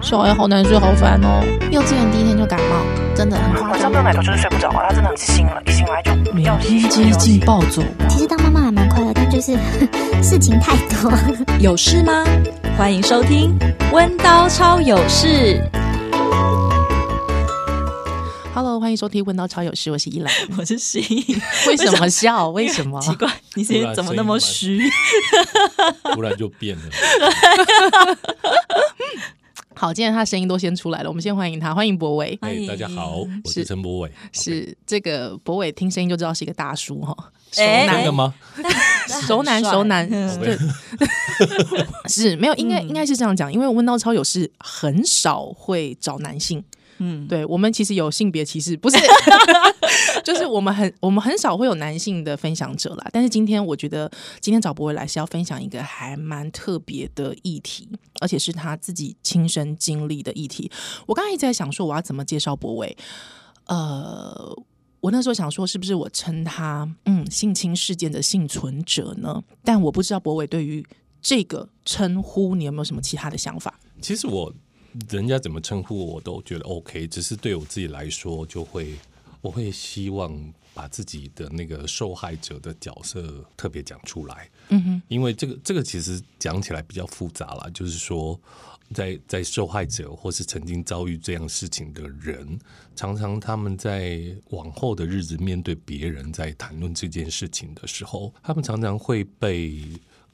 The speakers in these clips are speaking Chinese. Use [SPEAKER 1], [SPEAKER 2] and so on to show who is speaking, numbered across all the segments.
[SPEAKER 1] 小孩好难睡，好烦哦。幼稚园第一天就感冒，真的很夸
[SPEAKER 2] 晚
[SPEAKER 1] 张
[SPEAKER 2] 上嗯没。有奶头就是睡不着啊，他真的很清醒了，一醒来就
[SPEAKER 3] 每
[SPEAKER 2] 要洗
[SPEAKER 3] 天
[SPEAKER 2] 洗
[SPEAKER 3] 接
[SPEAKER 2] 要洗
[SPEAKER 3] 近暴走王
[SPEAKER 4] 其实当妈妈还蛮快乐，但就是 事情太多。
[SPEAKER 5] 有事吗？欢迎收听《温刀超有事
[SPEAKER 1] Hello，欢迎收听《问到超有事》，我是依 兰。》，
[SPEAKER 5] 我是心 怡。
[SPEAKER 1] 为什么笑？为什么？
[SPEAKER 5] 奇怪，你今天怎么那么虚？
[SPEAKER 6] 突然就变了。
[SPEAKER 1] 好，今天他声音都先出来了，我们先欢迎他，欢迎博伟。
[SPEAKER 6] 哎、大家好，我是陈博伟。
[SPEAKER 1] 是这个博伟，听声音就知道是一个大叔哈，熟
[SPEAKER 5] 哎
[SPEAKER 6] 真
[SPEAKER 1] 男
[SPEAKER 6] 的吗？
[SPEAKER 1] 熟男熟男，
[SPEAKER 5] 嗯
[SPEAKER 1] 对，是没有，应该
[SPEAKER 5] 嗯
[SPEAKER 1] 应该是这样讲，因为温刀超有事很少会找男性，
[SPEAKER 5] 嗯，
[SPEAKER 1] 对我们其实有性别歧视，不是，就是我们很我们很少会有男性的分享者啦。但是今天我觉得今天找博伟来是要分享一个还蛮特别的议题，而且是他自己亲身经历的议题。我刚才一直在想说我要怎么介绍博伟，呃，我那时候想说是不是我称他嗯性侵事件的幸存者呢？但我不知道博伟对于这个称呼你有没有什么其他的想法？
[SPEAKER 6] 其实我人家怎么称呼我都觉得 OK，只是对我自己来说，就会我会希望把自己的那个受害者的角色特别讲出来。
[SPEAKER 1] 嗯哼，
[SPEAKER 6] 因为这个这个其实讲起来比较复杂啦，就是说，在在受害者或是曾经遭遇这样事情的人，常常他们在往后的日子面对别人在谈论这件事情的时候，他们常常会被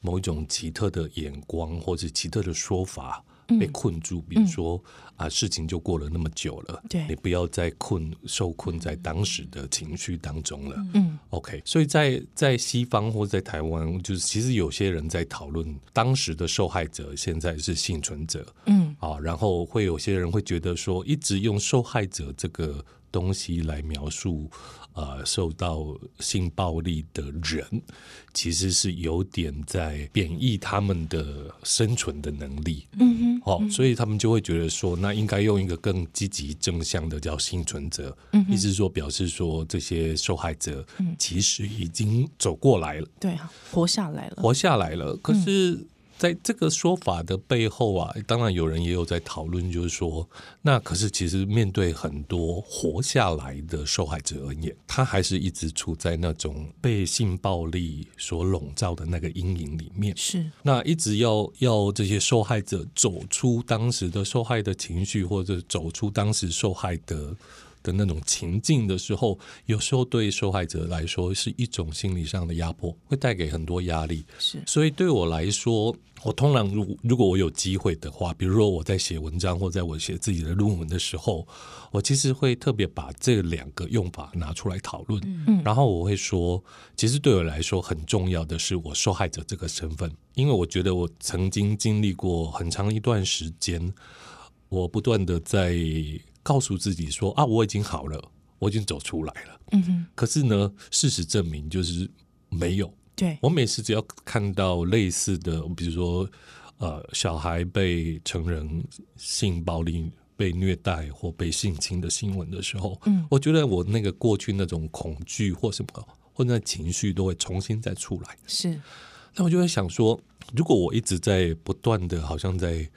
[SPEAKER 6] 某一种奇特的眼光或是奇特的说法。被困住，比如说、啊，事情就过了那么久了，
[SPEAKER 1] 对
[SPEAKER 6] 你不要再困受困在当时的情绪当中了。
[SPEAKER 1] 嗯
[SPEAKER 6] OK，所以在在西方或在台湾，就是其实有些人在讨论当时的受害者现在是幸存者
[SPEAKER 1] 嗯
[SPEAKER 6] 啊，然后会有些人会觉得说，一直用受害者这个东西来描述呃受到性暴力的人，其实是有点在贬义他们的生存的能力。
[SPEAKER 1] 嗯哼。
[SPEAKER 6] 哦，所以他们就会觉得说，那应该用一个更积极正向的叫幸存者，
[SPEAKER 1] 嗯
[SPEAKER 6] 意思是说表示说这些受害者其实已经走过来了，
[SPEAKER 1] 对啊，活下来了。
[SPEAKER 6] 活下来了。可是，在这个说法的背后啊，当然有人也有在讨论，就是说，那可是其实面对很多活下来的受害者而言，他还是一直处在那种被性暴力所笼罩的那个阴影里面。
[SPEAKER 1] 是，
[SPEAKER 6] 那一直要要这些受害者走出当时的受害的情绪，或者走出当时受害的的那种情境的时候，有时候对受害者来说是一种心理上的压迫，会带给很多压力。
[SPEAKER 1] 是
[SPEAKER 6] 所以对我来说，我通常如如果我有机会的话，比如说我在写文章或在我写自己的论文的时候，我其实会特别把这两个用法拿出来讨论。嗯，然后我会说，其实对我来说很重要的是我受害者这个身份，因为我觉得我曾经经历过很长一段时间，我不断的在告诉自己说啊，我已经好了，我已经走出来了。
[SPEAKER 1] 嗯哼，
[SPEAKER 6] 可是呢，事实证明就是没有。
[SPEAKER 1] 对，
[SPEAKER 6] 我每次只要看到类似的，比如说呃，小孩被成人性暴力、被虐待或被性侵的新闻的时候，
[SPEAKER 1] 嗯
[SPEAKER 6] 我觉得我那个过去那种恐惧或什么，或那情绪都会重新再出来。
[SPEAKER 1] 是，
[SPEAKER 6] 那我就会想说，如果我一直在不断的，好像在。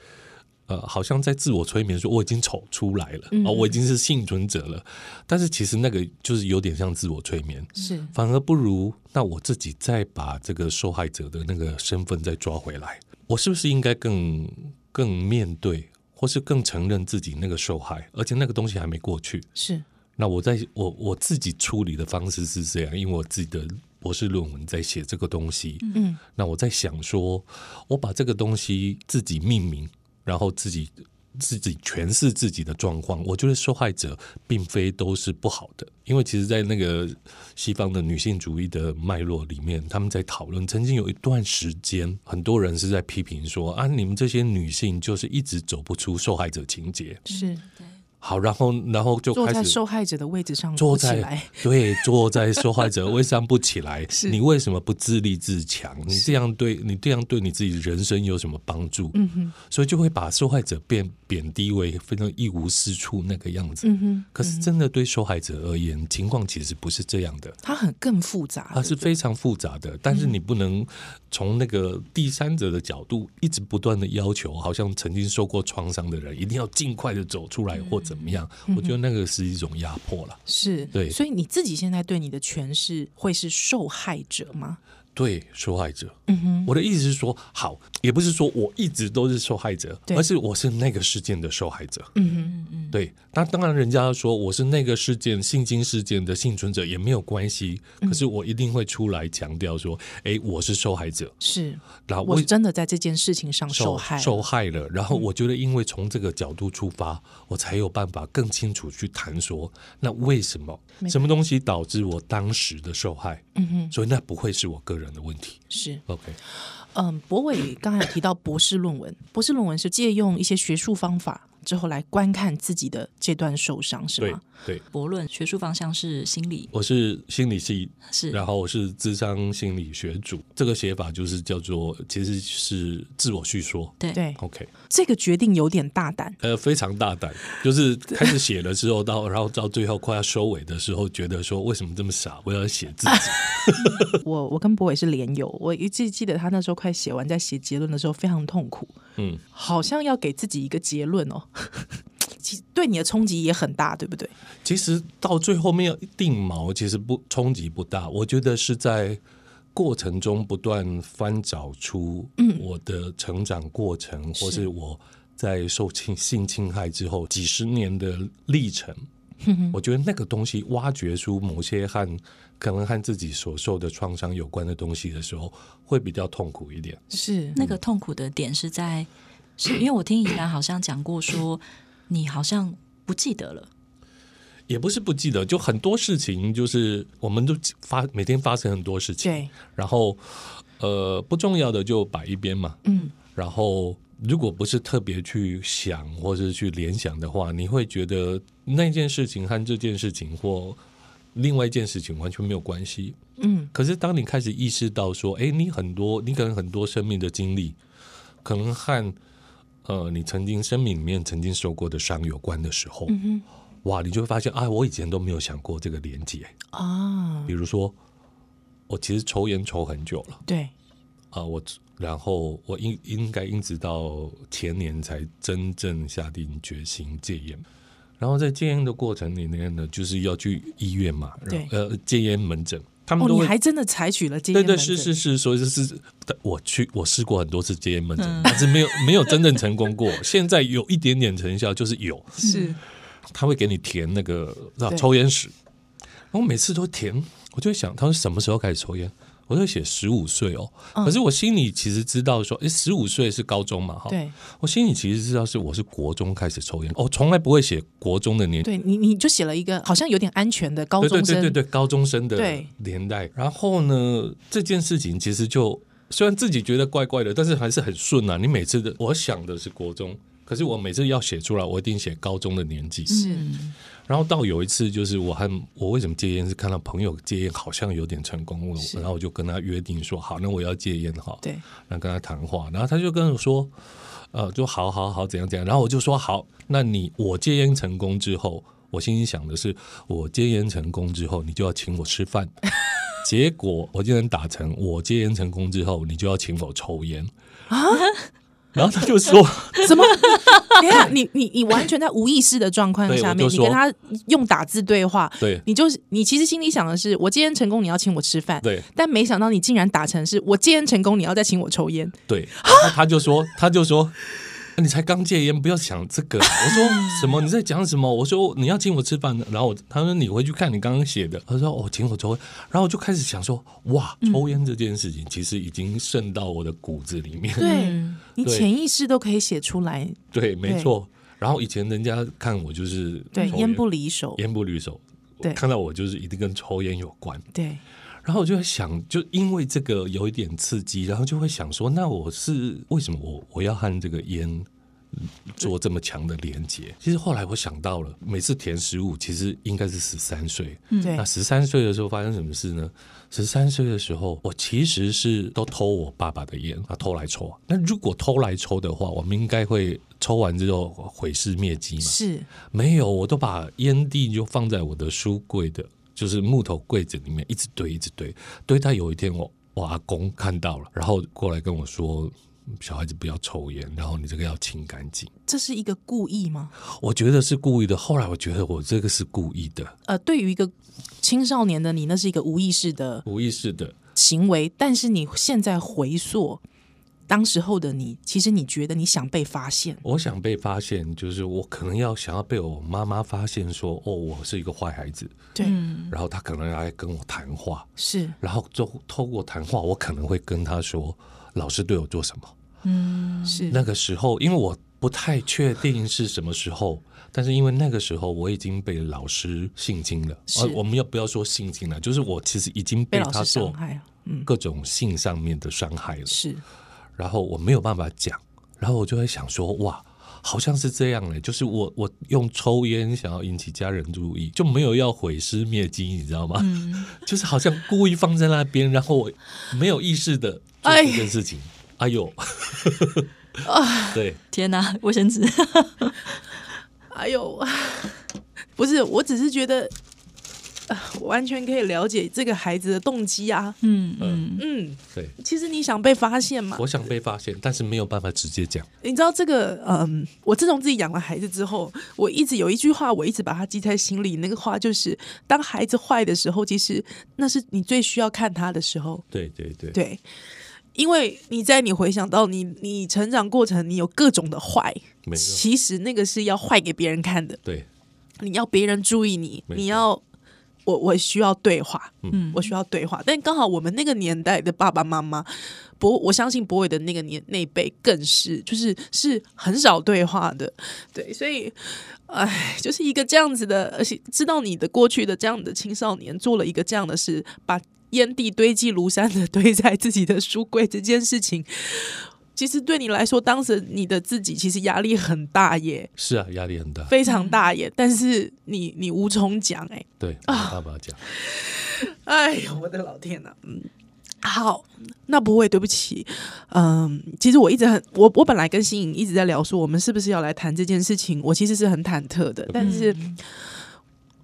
[SPEAKER 6] 呃，好像在自我催眠，说我已经走出来了，
[SPEAKER 1] 嗯
[SPEAKER 6] 哦，我已经是幸存者了。但是其实那个就是有点像自我催眠，
[SPEAKER 1] 是，
[SPEAKER 6] 反而不如那我自己再把这个受害者的那个身份再抓回来，我是不是应该更更面对，或是更承认自己那个受害，而且那个东西还没过去？
[SPEAKER 1] 是，
[SPEAKER 6] 那我在我我自己处理的方式是这样，因为我自己的博士论文在写这个东西，
[SPEAKER 1] 嗯，
[SPEAKER 6] 那我在想说，我把这个东西自己命名，然后自己自己诠释自己的状况。我觉得受害者并非都是不好的，因为其实，在那个西方的女性主义的脉络里面，他们在讨论，曾经有一段时间，很多人是在批评说啊，你们这些女性就是一直走不出受害者情节。
[SPEAKER 1] 是，
[SPEAKER 6] 好，然后然后就
[SPEAKER 1] 坐
[SPEAKER 6] 开
[SPEAKER 1] 在
[SPEAKER 6] 始
[SPEAKER 1] 受害者的位置上，
[SPEAKER 6] 坐
[SPEAKER 1] 起
[SPEAKER 6] 在
[SPEAKER 1] 来，
[SPEAKER 6] 对坐在受害者为什么不起来
[SPEAKER 1] 是？
[SPEAKER 6] 你为什么不自立自强？你这样对你这样对你自己人生有什么帮助？
[SPEAKER 1] 嗯哼，
[SPEAKER 6] 所以就会把受害者变贬低为非常一无是处那个样子。
[SPEAKER 1] 嗯哼，
[SPEAKER 6] 可是真的对受害者而言，情况其实不是这样的。
[SPEAKER 1] 它很更复杂，
[SPEAKER 6] 啊它是非常复杂的，但
[SPEAKER 1] 嗯
[SPEAKER 6] 是你不能从那个第三者的角度一直不断的要求，好像曾经受过创伤的人一定要尽快的走出来或
[SPEAKER 1] 嗯
[SPEAKER 6] 怎么样。我觉得那个是一种压迫了。
[SPEAKER 1] 是，
[SPEAKER 6] 对
[SPEAKER 1] 所以你自己现在对你的诠释会是受害者吗？
[SPEAKER 6] 对受害者，
[SPEAKER 1] 嗯
[SPEAKER 6] 我的意思是说，好，也不是说我一直都是受害者，
[SPEAKER 1] 对
[SPEAKER 6] 而是我是那个事件的受害者。
[SPEAKER 1] 嗯哼，
[SPEAKER 6] 对，那当然，人家说我是那个事件性侵事件的幸存者也没有关系，
[SPEAKER 1] 嗯
[SPEAKER 6] 可是我一定会出来强调说，诶，我是受害者。
[SPEAKER 1] 是
[SPEAKER 6] 那
[SPEAKER 1] 我
[SPEAKER 6] 为
[SPEAKER 1] 真的在这件事情上受害了，嗯
[SPEAKER 6] 啊受害了。然后我觉得，因为从这个角度出发，我才有办法更清楚去谈说，那为什么
[SPEAKER 1] 没错
[SPEAKER 6] 什么东西导致我当时的受害？
[SPEAKER 1] 嗯哼，
[SPEAKER 6] 所以那不会是我个人的问题。
[SPEAKER 1] 是。
[SPEAKER 6] OK，
[SPEAKER 1] 嗯，博伟刚才有提到博士论文，博士论文是借用一些学术方法之后来观看自己的这段受伤，是
[SPEAKER 6] 对
[SPEAKER 1] 吗？
[SPEAKER 6] 对，
[SPEAKER 5] 博论学术方向是心理，
[SPEAKER 6] 我是心理系，
[SPEAKER 5] 是
[SPEAKER 6] 然后我是智商心理学组，这个写法就是叫做其实是自我叙说。
[SPEAKER 5] 对
[SPEAKER 1] 对，
[SPEAKER 6] OK，
[SPEAKER 1] 这个决定有点大胆，
[SPEAKER 6] 呃，非常大胆，就是开始写了之后，到然后到最后快要收尾的时候，觉得说为什么这么傻，我要写自己。
[SPEAKER 1] 我我跟博伟是连友，我一直记得他那时候快写完，在写结论的时候非常痛苦，
[SPEAKER 6] 嗯，
[SPEAKER 1] 好像要给自己一个结论哦， 其对你的冲击也很大，对不对？
[SPEAKER 6] 其实到最后面定锚，其实不冲击不大，我觉得是在过程中不断翻找出嗯我的成长过程，或是我在受侵性侵害之后几十年的历程。我觉得那个东西挖掘出某些和可能和自己所受的创伤有关的东西的时候，会比较痛苦一点。
[SPEAKER 1] 是
[SPEAKER 5] 那个痛苦的点是在， 是因为我听怡兰好像讲过说，你好像不记得了，
[SPEAKER 6] 也不是不记得，就很多事情，就是我们都发每天发生很多事情，
[SPEAKER 1] 对，
[SPEAKER 6] 然后呃不重要的就摆一边嘛，
[SPEAKER 1] 嗯，
[SPEAKER 6] 然后如果不是特别去想或是去联想的话，你会觉得那件事情和这件事情或另外一件事情完全没有关系。
[SPEAKER 1] 嗯，
[SPEAKER 6] 可是当你开始意识到说，哎，你很多，你可能很多生命的经历，可能和呃你曾经生命里面曾经受过的伤有关的时候，嗯、哇，你就会发现啊，我以前都没有想过这个连接。
[SPEAKER 1] 啊，
[SPEAKER 6] 比如说，我其实抽烟抽很久了。
[SPEAKER 1] 对，
[SPEAKER 6] 啊，我然后我应应该一直到前年才真正下定决心戒烟。然后在戒烟的过程里面呢，就是要去医院嘛，然后呃，戒烟门诊，他们
[SPEAKER 1] 哦，
[SPEAKER 6] 都
[SPEAKER 1] 你
[SPEAKER 6] 会、
[SPEAKER 1] 还真的采取了戒
[SPEAKER 6] 对
[SPEAKER 1] 烟
[SPEAKER 6] 对
[SPEAKER 1] 门
[SPEAKER 6] 是
[SPEAKER 1] 诊
[SPEAKER 6] 是是，所以就是我去我试过很多次戒烟门诊，
[SPEAKER 1] 嗯
[SPEAKER 6] 但是没有没有真正成 功过。现在有一点点成效，就是有，
[SPEAKER 1] 是
[SPEAKER 6] 他会给你填那个啊
[SPEAKER 1] 对
[SPEAKER 6] 抽烟史，然后每次都填，我就会想他是什么时候开始抽烟，我就会写十五岁哦，
[SPEAKER 1] 嗯
[SPEAKER 6] 可是我心里其实知道说，诶，十五岁是高中嘛哈，
[SPEAKER 1] 对
[SPEAKER 6] 我心里其实知道是我是国中开始抽烟，哦，从来不会写国中的年纪。
[SPEAKER 1] 对你你就写了一个好像有点安全的高
[SPEAKER 6] 对
[SPEAKER 1] 中
[SPEAKER 6] 对
[SPEAKER 1] 生，
[SPEAKER 6] 对对对，高中生的
[SPEAKER 1] 对
[SPEAKER 6] 年代。然后呢，这件事情其实就虽然自己觉得怪怪的，但是还是很顺啊。你每次的我想的是国中，可是我每次要写出来，我一定写高中的年纪。
[SPEAKER 1] 嗯
[SPEAKER 5] 嗯
[SPEAKER 1] 是
[SPEAKER 6] 然后到有一次，就是我和我为什么戒烟是看到朋友戒烟好像有点成功，我然后我就跟他约定说，好，那我要戒烟哈，
[SPEAKER 1] 对
[SPEAKER 6] 然后跟他谈话，然后他就跟我说，呃，就好好好怎样怎样，然后我就说好，那你我戒烟成功之后，我心里想的是，我戒烟成功之后，你就要请我吃饭。结果我竟然打成我戒烟成功之后，你就要请我抽烟啊！ 然后他就说，
[SPEAKER 1] 怎么？ 等一下，你你你完全在无意识的状况
[SPEAKER 6] 对
[SPEAKER 1] 下
[SPEAKER 6] 我
[SPEAKER 1] 面，
[SPEAKER 6] 就
[SPEAKER 1] 你
[SPEAKER 6] 说
[SPEAKER 1] 跟他用打字对话，
[SPEAKER 6] 对
[SPEAKER 1] 你就是你其实心里想的是，我今天成功，你要请我吃饭，
[SPEAKER 6] 对，
[SPEAKER 1] 但没想到你竟然打成是我今天成功，你要再请我抽烟，
[SPEAKER 6] 对，然后他就说，他就说，你才刚戒烟，不要想这个。啊我说什么？你在讲什么？我说你要请我吃饭的。然后我他说你回去看你刚刚写的。他说哦，请我抽烟。然后我就开始想说，哇，抽烟这件事情其实已经渗到我的骨子里面。
[SPEAKER 1] 对你
[SPEAKER 6] 嗯对
[SPEAKER 1] 潜意识都可以写出来，
[SPEAKER 6] 对，没错。然后以前人家看我就是
[SPEAKER 1] 对，
[SPEAKER 6] 抽
[SPEAKER 1] 烟不离手，
[SPEAKER 6] 烟不离手，
[SPEAKER 1] 对
[SPEAKER 6] 看到我就是一定跟抽烟有关。
[SPEAKER 1] 对，
[SPEAKER 6] 然后我就在想，就因为这个有一点刺激，然后就会想说，那我是为什么我我要和这个烟做这么强的连接。其实后来我想到了，每次填十五，其实应该是十三岁。
[SPEAKER 1] 对
[SPEAKER 6] 那十三岁的时候发生什么事呢？十三岁的时候，我其实是都偷我爸爸的烟，啊，偷来抽。那如果偷来抽的话，我们应该会抽完之后毁尸灭迹嘛？
[SPEAKER 1] 是
[SPEAKER 6] 没有，我都把烟蒂就放在我的书柜的，就是木头柜子里面，一直堆，一直堆，堆到有一天我我阿公看到了，然后过来跟我说。小孩子不要抽烟，然后你这个要清干净。
[SPEAKER 1] 这是一个故意吗？
[SPEAKER 6] 我觉得是故意的，后来我觉得我这个是故意的，
[SPEAKER 1] 呃，对于一个青少年的你，那是一个无意识的
[SPEAKER 6] 无意识的。
[SPEAKER 1] 行为，但是你现在回溯当时候的你，其实你觉得你想被发现，
[SPEAKER 6] 我想被发现，就是我可能要想要被我妈妈发现说，哦，我是一个坏孩子，
[SPEAKER 1] 对，
[SPEAKER 6] 然后她可能来跟我谈话，
[SPEAKER 1] 是
[SPEAKER 6] 然后就透过谈话，我可能会跟她说，老师对我做什么。
[SPEAKER 1] 是
[SPEAKER 6] 那个时候，因为我不太确定是什么时候，但是因为那个时候我已经被老师性侵了，
[SPEAKER 1] 是
[SPEAKER 6] 呃，我们要不要说性侵了？就是我其实已经
[SPEAKER 1] 被老
[SPEAKER 6] 他
[SPEAKER 1] 师伤
[SPEAKER 6] 做
[SPEAKER 1] 害啊，嗯，
[SPEAKER 6] 各种性上面的伤害了，
[SPEAKER 1] 是
[SPEAKER 6] 然后我没有办法讲，然后我就会想说，哇。好像是这样嘞，欸就是我我用抽烟想要引起家人注意，就没有要毁尸灭迹，你知道吗？
[SPEAKER 1] 嗯
[SPEAKER 6] 就是好像故意放在那边，然后我没有意识的做这件事情。哎呦，
[SPEAKER 1] 啊
[SPEAKER 6] 对，
[SPEAKER 5] 天哪、卫生纸，
[SPEAKER 1] 哎呦， 不是，我只是觉得，呃我完全可以了解这个孩子的动机啊。
[SPEAKER 5] 嗯嗯，
[SPEAKER 1] 嗯，
[SPEAKER 6] 对，
[SPEAKER 1] 其实你想被发现嘛？
[SPEAKER 6] 我想被发现，但是没有办法直接讲。
[SPEAKER 1] 你知道这个，嗯，我自从自己养了孩子之后，我一直有一句话，我一直把它记在心里。那个话就是，当孩子坏的时候，其实那是你最需要看他的时候。
[SPEAKER 6] 对对对，
[SPEAKER 1] 对，因为你在你回想到你你成长过程，你有各种的坏，
[SPEAKER 6] 没错，
[SPEAKER 1] 其实那个是要坏给别人看的。
[SPEAKER 6] 对
[SPEAKER 1] 你要别人注意你，
[SPEAKER 6] 没错
[SPEAKER 1] 你要我我需要对话，
[SPEAKER 6] 嗯
[SPEAKER 1] 我需要对话。但刚好我们那个年代的爸爸妈妈，博我相信博伟的那个年那一辈更是，就是是很少对话的，对，所以。哎，就是一个这样子的，而且知道你的过去的这样的青少年做了一个这样的事，把烟蒂堆积如山的堆在自己的书柜这件事情，其实对你来说，当时你的自己其实压力很大耶。
[SPEAKER 6] 是啊，压力很大，
[SPEAKER 1] 非常大耶，但是你你无从讲哎，
[SPEAKER 6] 对，没办法讲。
[SPEAKER 1] 哎呦我的老天呐、嗯，好，那不会，对不起，嗯，其实我一直很我我本来跟新颖一直在聊说我们是不是要来谈这件事情，我其实是很忐忑的，但是。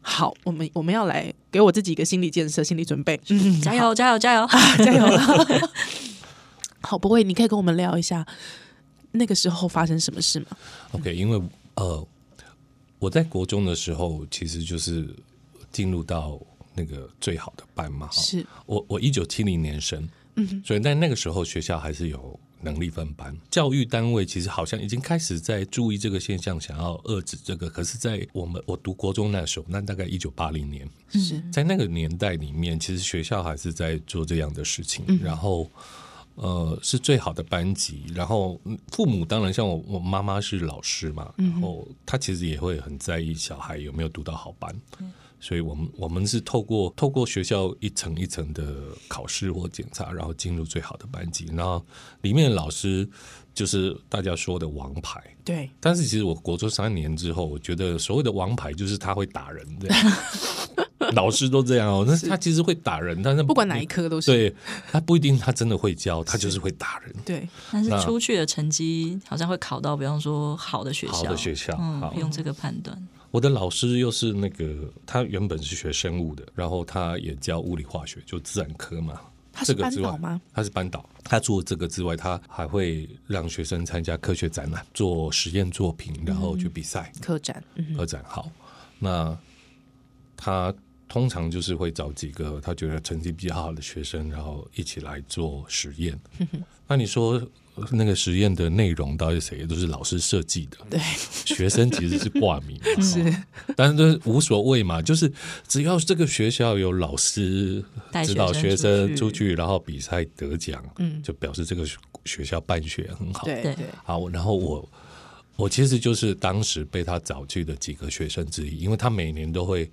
[SPEAKER 1] 好，我们我们要来给我自己一个心理建设、心理准备，嗯，
[SPEAKER 5] 加油加油加 油！
[SPEAKER 1] 加油了。好，不会，你可以跟我们聊一下那个时候发生什么事吗？
[SPEAKER 6] OK，因为呃，我在国中的时候，其实就是进入到那个最好的班嘛。哈
[SPEAKER 1] 是
[SPEAKER 6] 我我一九七零年生，嗯，所以在那个时候学校还是有能力分班，教育单位其实好像已经开始在注意这个现象，想要遏制这个。可是，在我们我读国中那时候，那大概一九八零年，
[SPEAKER 1] 是，
[SPEAKER 6] 在那个年代里面，其实学校还是在做这样的事情，然后。呃，是最好的班级，然后嗯父母当然像我，我妈妈是老师嘛，然后她其实也会很在意小孩有没有读到好班，所以我们我们是透过透过学校一层一层的考试或检查，然后进入最好的班级，然后里面的老师就是大家说的王牌，
[SPEAKER 1] 对，
[SPEAKER 6] 但是其实我国中三年之后，我觉得所谓的王牌就是他会打人，这样老师都这样哦。那他其实会打人，但是
[SPEAKER 1] 不管哪一科都是，
[SPEAKER 6] 对他不一定他真的会教，他就是会打人。
[SPEAKER 1] 对，
[SPEAKER 5] 但是
[SPEAKER 6] 那
[SPEAKER 5] 出去的成绩好像会考到，比方说好的学校，
[SPEAKER 6] 好的学校好
[SPEAKER 5] 嗯，用这个判断，
[SPEAKER 6] 我的老师又是那个，他原本是学生物的，然后他也教物理化学，就自然科嘛。
[SPEAKER 1] 他是
[SPEAKER 6] 这个
[SPEAKER 1] 班
[SPEAKER 6] 之
[SPEAKER 1] 导
[SPEAKER 6] 外
[SPEAKER 1] 吗？
[SPEAKER 6] 他是班导，他做这个之外，他还会让学生参加科学展览，做实验作品，然后去比赛。
[SPEAKER 1] 科展，嗯哼
[SPEAKER 6] 二展好，那他通常就是会找几个他觉得成绩比较好的学生，然后一起来做实验。那你说呃那个实验的内容到底是谁？都是老师设计的，
[SPEAKER 1] 对，
[SPEAKER 6] 学生其实是挂名嘛，是，但是就是无所谓嘛，就是只要这个学校有老师
[SPEAKER 5] 带
[SPEAKER 6] 指导学
[SPEAKER 5] 学
[SPEAKER 6] 生
[SPEAKER 5] 生
[SPEAKER 6] 出
[SPEAKER 5] 出去
[SPEAKER 6] 去，然后比赛得奖，
[SPEAKER 1] 嗯
[SPEAKER 6] 就表示这个学学校办学很好，
[SPEAKER 1] 对
[SPEAKER 5] 对
[SPEAKER 1] 对，
[SPEAKER 6] 好，然后我我其实就是当时被他找去的几个学生之一，因为他每年都会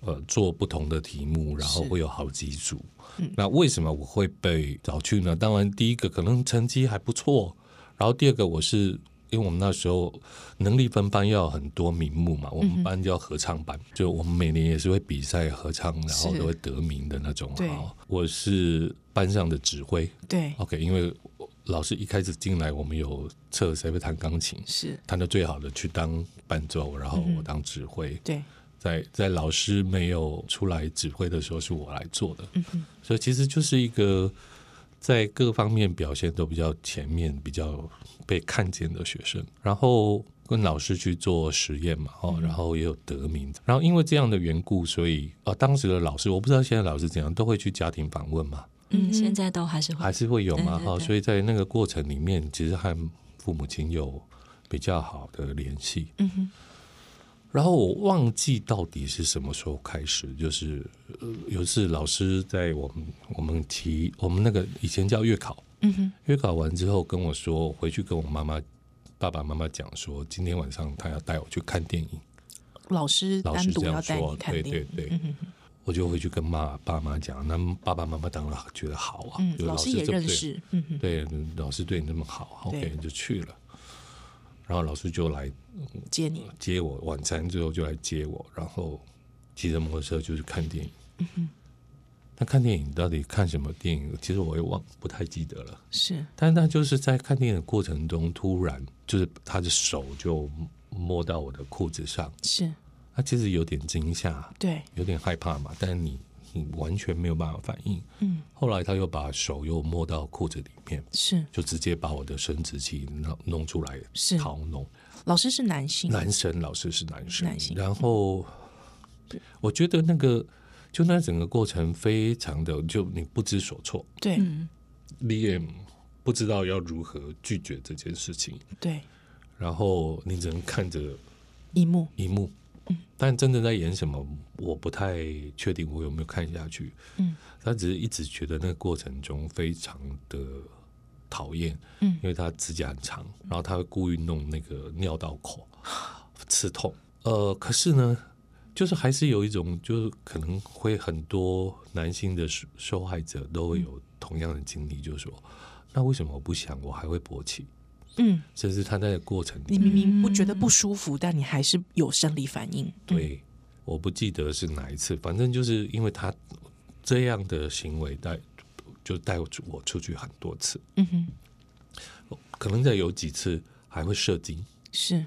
[SPEAKER 6] 呃做不同的题目，然后会有好几组。
[SPEAKER 1] 嗯
[SPEAKER 6] 那为什么我会被找去呢？当然，第一个可能成绩还不错，然后第二个我是因为我们那时候能力分班要很多名目嘛，
[SPEAKER 1] 嗯
[SPEAKER 6] 我们班叫合唱班，就我们每年也是会比赛合唱，然后
[SPEAKER 1] 是
[SPEAKER 6] 都会得名的那种。
[SPEAKER 1] 对
[SPEAKER 6] 好，我是班上的指挥。
[SPEAKER 1] 对，
[SPEAKER 6] OK，因为老师一开始进来，我们有测谁会弹钢琴，
[SPEAKER 1] 是，
[SPEAKER 6] 弹的最好的去当伴奏，然后
[SPEAKER 1] 嗯
[SPEAKER 6] 我当指挥。
[SPEAKER 1] 对，
[SPEAKER 6] 在在老师没有出来指挥的时候，是我来做的。所以其实就是一个在各方面表现都比较前面、比较被看见的学生，然后跟老师去做实验嘛，哦，然后也有得名。然后因为这样的缘故，所以呃，当时的老师我不知道现在老师怎样，都会去家庭访问嘛，
[SPEAKER 5] 嗯，现在都 还是会
[SPEAKER 6] 还是会有嘛，
[SPEAKER 5] 对对
[SPEAKER 6] 哈、
[SPEAKER 5] 对
[SPEAKER 6] 所以在那个过程里面，其实和父母亲有比较好的联系。
[SPEAKER 1] 嗯哼，
[SPEAKER 6] 然后我忘记到底是什么时候开始，就是、呃、有一次老师在我们我们提我们那个以前叫月考，
[SPEAKER 1] 嗯哼，
[SPEAKER 6] 月考完之后跟我说回去跟我妈妈爸爸妈妈讲说，今天晚上他要带我去看电影，
[SPEAKER 1] 老师
[SPEAKER 6] 老
[SPEAKER 1] 单
[SPEAKER 6] 师
[SPEAKER 1] 独
[SPEAKER 6] 这
[SPEAKER 1] 要
[SPEAKER 6] 样
[SPEAKER 1] 带你
[SPEAKER 6] 说，
[SPEAKER 1] 看
[SPEAKER 6] 对
[SPEAKER 1] 电
[SPEAKER 6] 对
[SPEAKER 1] 影，嗯
[SPEAKER 6] 对。我就回去跟妈爸妈讲，那爸爸妈妈当然觉得好啊，
[SPEAKER 1] 嗯
[SPEAKER 6] 就，
[SPEAKER 1] 老
[SPEAKER 6] 老
[SPEAKER 1] 师也
[SPEAKER 6] 这么
[SPEAKER 1] 认
[SPEAKER 6] 对
[SPEAKER 1] 识，嗯哼，
[SPEAKER 6] 对，老师对你那么好
[SPEAKER 1] 对
[SPEAKER 6] ，OK 就去了。然后老师就来
[SPEAKER 1] 接你，
[SPEAKER 6] 接我，晚餐之后就来接我，然后骑着摩托车就去看电影。
[SPEAKER 1] 嗯
[SPEAKER 6] 那看电影到底看什么电影？其实我也忘不太记得了。
[SPEAKER 1] 是，
[SPEAKER 6] 但是他就是在看电影的过程中，突然就是他的手就摸到我的裤子上，
[SPEAKER 1] 是，
[SPEAKER 6] 他其实有点惊吓，
[SPEAKER 1] 对，
[SPEAKER 6] 有点害怕嘛，但是你你完全没有办法反应。
[SPEAKER 1] 嗯，
[SPEAKER 6] 后来他又把手又摸到裤子里面，
[SPEAKER 1] 是，
[SPEAKER 6] 就直接把我的生殖器弄弄出来
[SPEAKER 1] 是
[SPEAKER 6] 掏弄。
[SPEAKER 1] 老师是男性，
[SPEAKER 6] 男神老师是男神，
[SPEAKER 1] 男性
[SPEAKER 6] 然后我觉得那个就那整个过程非常的就你不知所措，
[SPEAKER 1] 对，
[SPEAKER 6] 你也不知道要如何拒绝这件事情，
[SPEAKER 1] 对，
[SPEAKER 6] 然后你只能看着
[SPEAKER 1] 一幕，
[SPEAKER 6] 荧幕，但真的在演什么，我不太确定我有没有看下去。
[SPEAKER 1] 嗯，
[SPEAKER 6] 他只是一直觉得那个过程中非常的讨厌，
[SPEAKER 1] 嗯
[SPEAKER 6] 因为他指甲很长，然后他会故意弄那个尿道 口，刺痛。呃，可是呢，就是还是有一种，就是可能会很多男性的受受害者都会有同样的经历，就是说，那为什么我不想，我还会勃起？
[SPEAKER 1] 嗯，
[SPEAKER 6] 甚至他在那个过程里
[SPEAKER 1] 你
[SPEAKER 6] 面
[SPEAKER 1] 明明不觉
[SPEAKER 6] 嗯
[SPEAKER 1] 得不舒服，但你还是有生理反应，
[SPEAKER 6] 对，我不记得是哪一次，反正就是因为他这样的行为带就带我出我出去很多次，
[SPEAKER 1] 嗯哼，
[SPEAKER 6] 可能在有几次还会射精。
[SPEAKER 1] 是，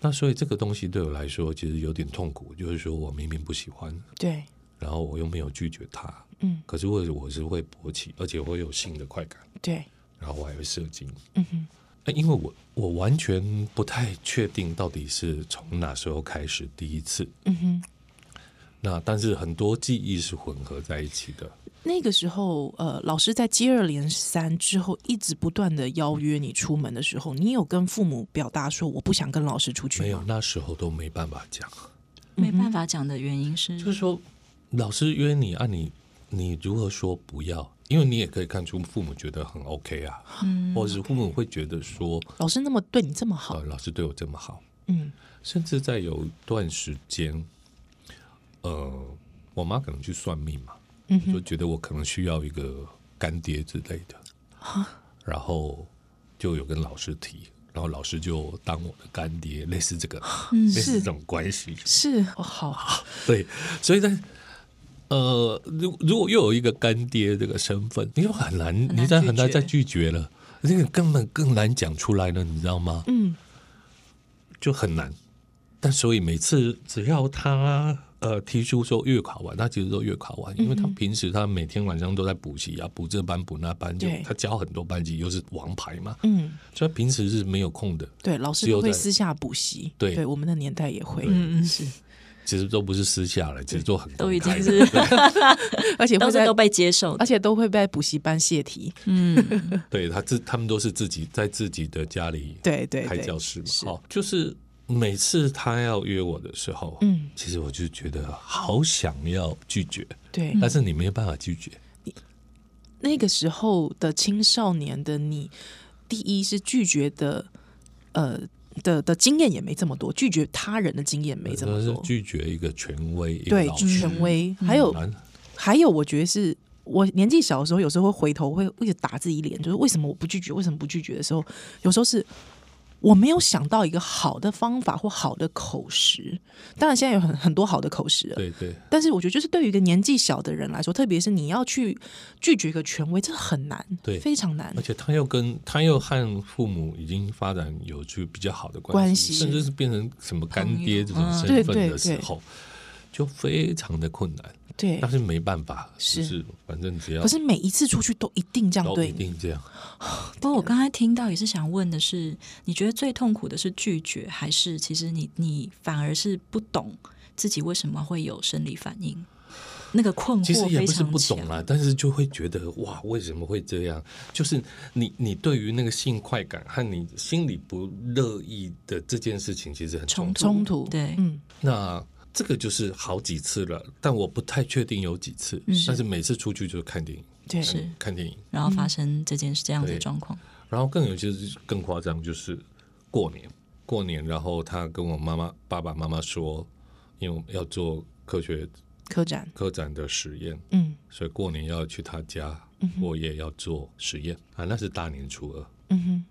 [SPEAKER 6] 那所以这个东西对我来说其实有点痛苦，就是说我明明不喜欢，
[SPEAKER 1] 对，
[SPEAKER 6] 然后我又没有拒绝他，
[SPEAKER 1] 嗯，
[SPEAKER 6] 可是我我是会勃起，而且会有性的快感，
[SPEAKER 1] 对，
[SPEAKER 6] 然后我还会射精。
[SPEAKER 1] 嗯哼，
[SPEAKER 6] 哎，因为我我完全不太确定到底是从哪时候开始第一次，
[SPEAKER 1] 嗯哼。
[SPEAKER 6] 那但是很多记忆是混合在一起的。
[SPEAKER 1] 那个时候，呃，老师在接二连三之后，一直不断的邀约你出门的时候，你有跟父母表达说我不想跟老师出去
[SPEAKER 6] 没有，
[SPEAKER 1] 吗？
[SPEAKER 6] 那时候都没办法讲。
[SPEAKER 5] 没办法讲的原因是，
[SPEAKER 6] 就是说，老师约你啊你，你如何说不要？因为你也可以看出父母觉得很 OK 啊，
[SPEAKER 1] 嗯
[SPEAKER 6] 或者是父母会觉得说，
[SPEAKER 1] 老师那么对你这么好，
[SPEAKER 6] 呃，老师对我这么好，
[SPEAKER 1] 嗯，
[SPEAKER 6] 甚至在有一段时间，呃，我妈可能去算命嘛，
[SPEAKER 1] 嗯
[SPEAKER 6] 就觉得我可能需要一个干爹之类的，
[SPEAKER 1] 啊
[SPEAKER 6] 然后就有跟老师提，然后老师就当我的干爹，类似这个，
[SPEAKER 1] 嗯
[SPEAKER 6] 类似这种关系，
[SPEAKER 1] 是哦，好，
[SPEAKER 6] 对，所以在呃，如如果又有一个干爹这个身份，你又很难，
[SPEAKER 5] 难
[SPEAKER 6] 你再
[SPEAKER 5] 拒
[SPEAKER 6] 很难再
[SPEAKER 5] 绝
[SPEAKER 6] 拒绝了，那个根本更难讲出来了，你知道吗？
[SPEAKER 1] 嗯，
[SPEAKER 6] 就很难。但所以每次只要他呃提出说月考完，他其实都月考完，因
[SPEAKER 5] 嗯
[SPEAKER 6] 为他平时他每天晚上都在补习啊，补这班补那班，就
[SPEAKER 1] 对
[SPEAKER 6] 他教很多班级，又是王牌嘛，
[SPEAKER 1] 嗯，
[SPEAKER 6] 所以他平时是没有空的。
[SPEAKER 1] 对，老师
[SPEAKER 6] 只有
[SPEAKER 1] 都会
[SPEAKER 6] 在
[SPEAKER 1] 私下补习，
[SPEAKER 6] 对
[SPEAKER 1] 我们的年代也会，
[SPEAKER 5] 嗯嗯
[SPEAKER 1] 是，
[SPEAKER 6] 其实都不是私下了，其实都很
[SPEAKER 5] 都
[SPEAKER 6] 公
[SPEAKER 5] 已经
[SPEAKER 6] 开的
[SPEAKER 5] 是
[SPEAKER 1] 而且
[SPEAKER 5] 都
[SPEAKER 1] 会
[SPEAKER 5] 是
[SPEAKER 1] 在
[SPEAKER 5] 都，被接受
[SPEAKER 1] 而
[SPEAKER 5] 的，
[SPEAKER 1] 且都会在补习班泄题，
[SPEAKER 5] 嗯，
[SPEAKER 6] 对他自他们都是自己在自己的家里
[SPEAKER 1] 对对
[SPEAKER 6] 开
[SPEAKER 1] 对，
[SPEAKER 6] 教室嘛，
[SPEAKER 1] 是
[SPEAKER 6] 好，就是每次他要约我的时候，
[SPEAKER 1] 嗯，
[SPEAKER 6] 其实我就觉得好想要拒绝，
[SPEAKER 1] 对，
[SPEAKER 6] 但是你没有办法拒绝，
[SPEAKER 1] 那个时候的青少年的你，第一是拒绝的，呃的的经验也没这么多，拒绝他人的经验没这
[SPEAKER 6] 或
[SPEAKER 1] 么
[SPEAKER 6] 呃者是
[SPEAKER 1] 多，
[SPEAKER 6] 拒绝一个权威，一个
[SPEAKER 1] 对
[SPEAKER 6] 老师
[SPEAKER 1] 权威，还有
[SPEAKER 6] 很难
[SPEAKER 1] 还有，我觉得是我年纪小的时候，有时候会回头会一直打自己脸，就是为什么我不拒绝，为什么不拒绝的时候，有时候是我没有想到一个好的方法或好的口实。当然，现在有很很多好的口实了，
[SPEAKER 6] 对对，
[SPEAKER 1] 但是我觉得，就是对于一个年纪小的人来说，特别是你要去拒绝一个权威，这很难，
[SPEAKER 6] 对
[SPEAKER 1] 非常难
[SPEAKER 6] 而。且他又跟他又和父母已经发展有去比较好的
[SPEAKER 1] 关
[SPEAKER 6] 关
[SPEAKER 1] 系
[SPEAKER 6] 甚至是变成什么干爹这种
[SPEAKER 5] 嗯
[SPEAKER 6] 身
[SPEAKER 1] 对对
[SPEAKER 6] 份的时候，就非常的困难。
[SPEAKER 1] 对
[SPEAKER 6] 但，是没办法，
[SPEAKER 1] 是
[SPEAKER 6] 就是反正只要
[SPEAKER 1] 可是每一次出去都一定这样
[SPEAKER 6] 都
[SPEAKER 1] 对
[SPEAKER 6] 一
[SPEAKER 1] 你，
[SPEAKER 6] 定这样。
[SPEAKER 5] 不过我刚才听到也是想问的是，你觉得最痛苦的是拒绝，还是其实你你反而是不懂自己为什么会有生理反应？那个困
[SPEAKER 6] 其实
[SPEAKER 5] 惑
[SPEAKER 6] 也
[SPEAKER 5] 嗯非
[SPEAKER 6] 不是
[SPEAKER 5] 常
[SPEAKER 6] 不
[SPEAKER 5] 强
[SPEAKER 6] 懂啦，但是就会觉得哇，为什么会这样？就是你你对于那个性快感和你心里不乐意的这件事情，其实很
[SPEAKER 5] 冲
[SPEAKER 6] 冲
[SPEAKER 5] 突，
[SPEAKER 6] 突。
[SPEAKER 1] 冲突
[SPEAKER 5] 对，
[SPEAKER 1] 嗯，
[SPEAKER 6] 那这个就是好几次了，但我不太确定有几次，但是每次出去就是看电影，
[SPEAKER 1] 对，
[SPEAKER 5] 嗯是
[SPEAKER 6] 看电影。
[SPEAKER 5] 然后发生这件事这样子的
[SPEAKER 6] 对
[SPEAKER 5] 状况，
[SPEAKER 6] 然后更有就是更夸张，就是过年，过年，然后他跟我妈妈、爸爸妈妈说，因为我们要做科学
[SPEAKER 1] 科展，
[SPEAKER 6] 科展的实验，
[SPEAKER 1] 嗯
[SPEAKER 6] 所以过年要去他家，我也要做实验啊。那是大年初二，
[SPEAKER 1] 嗯哼，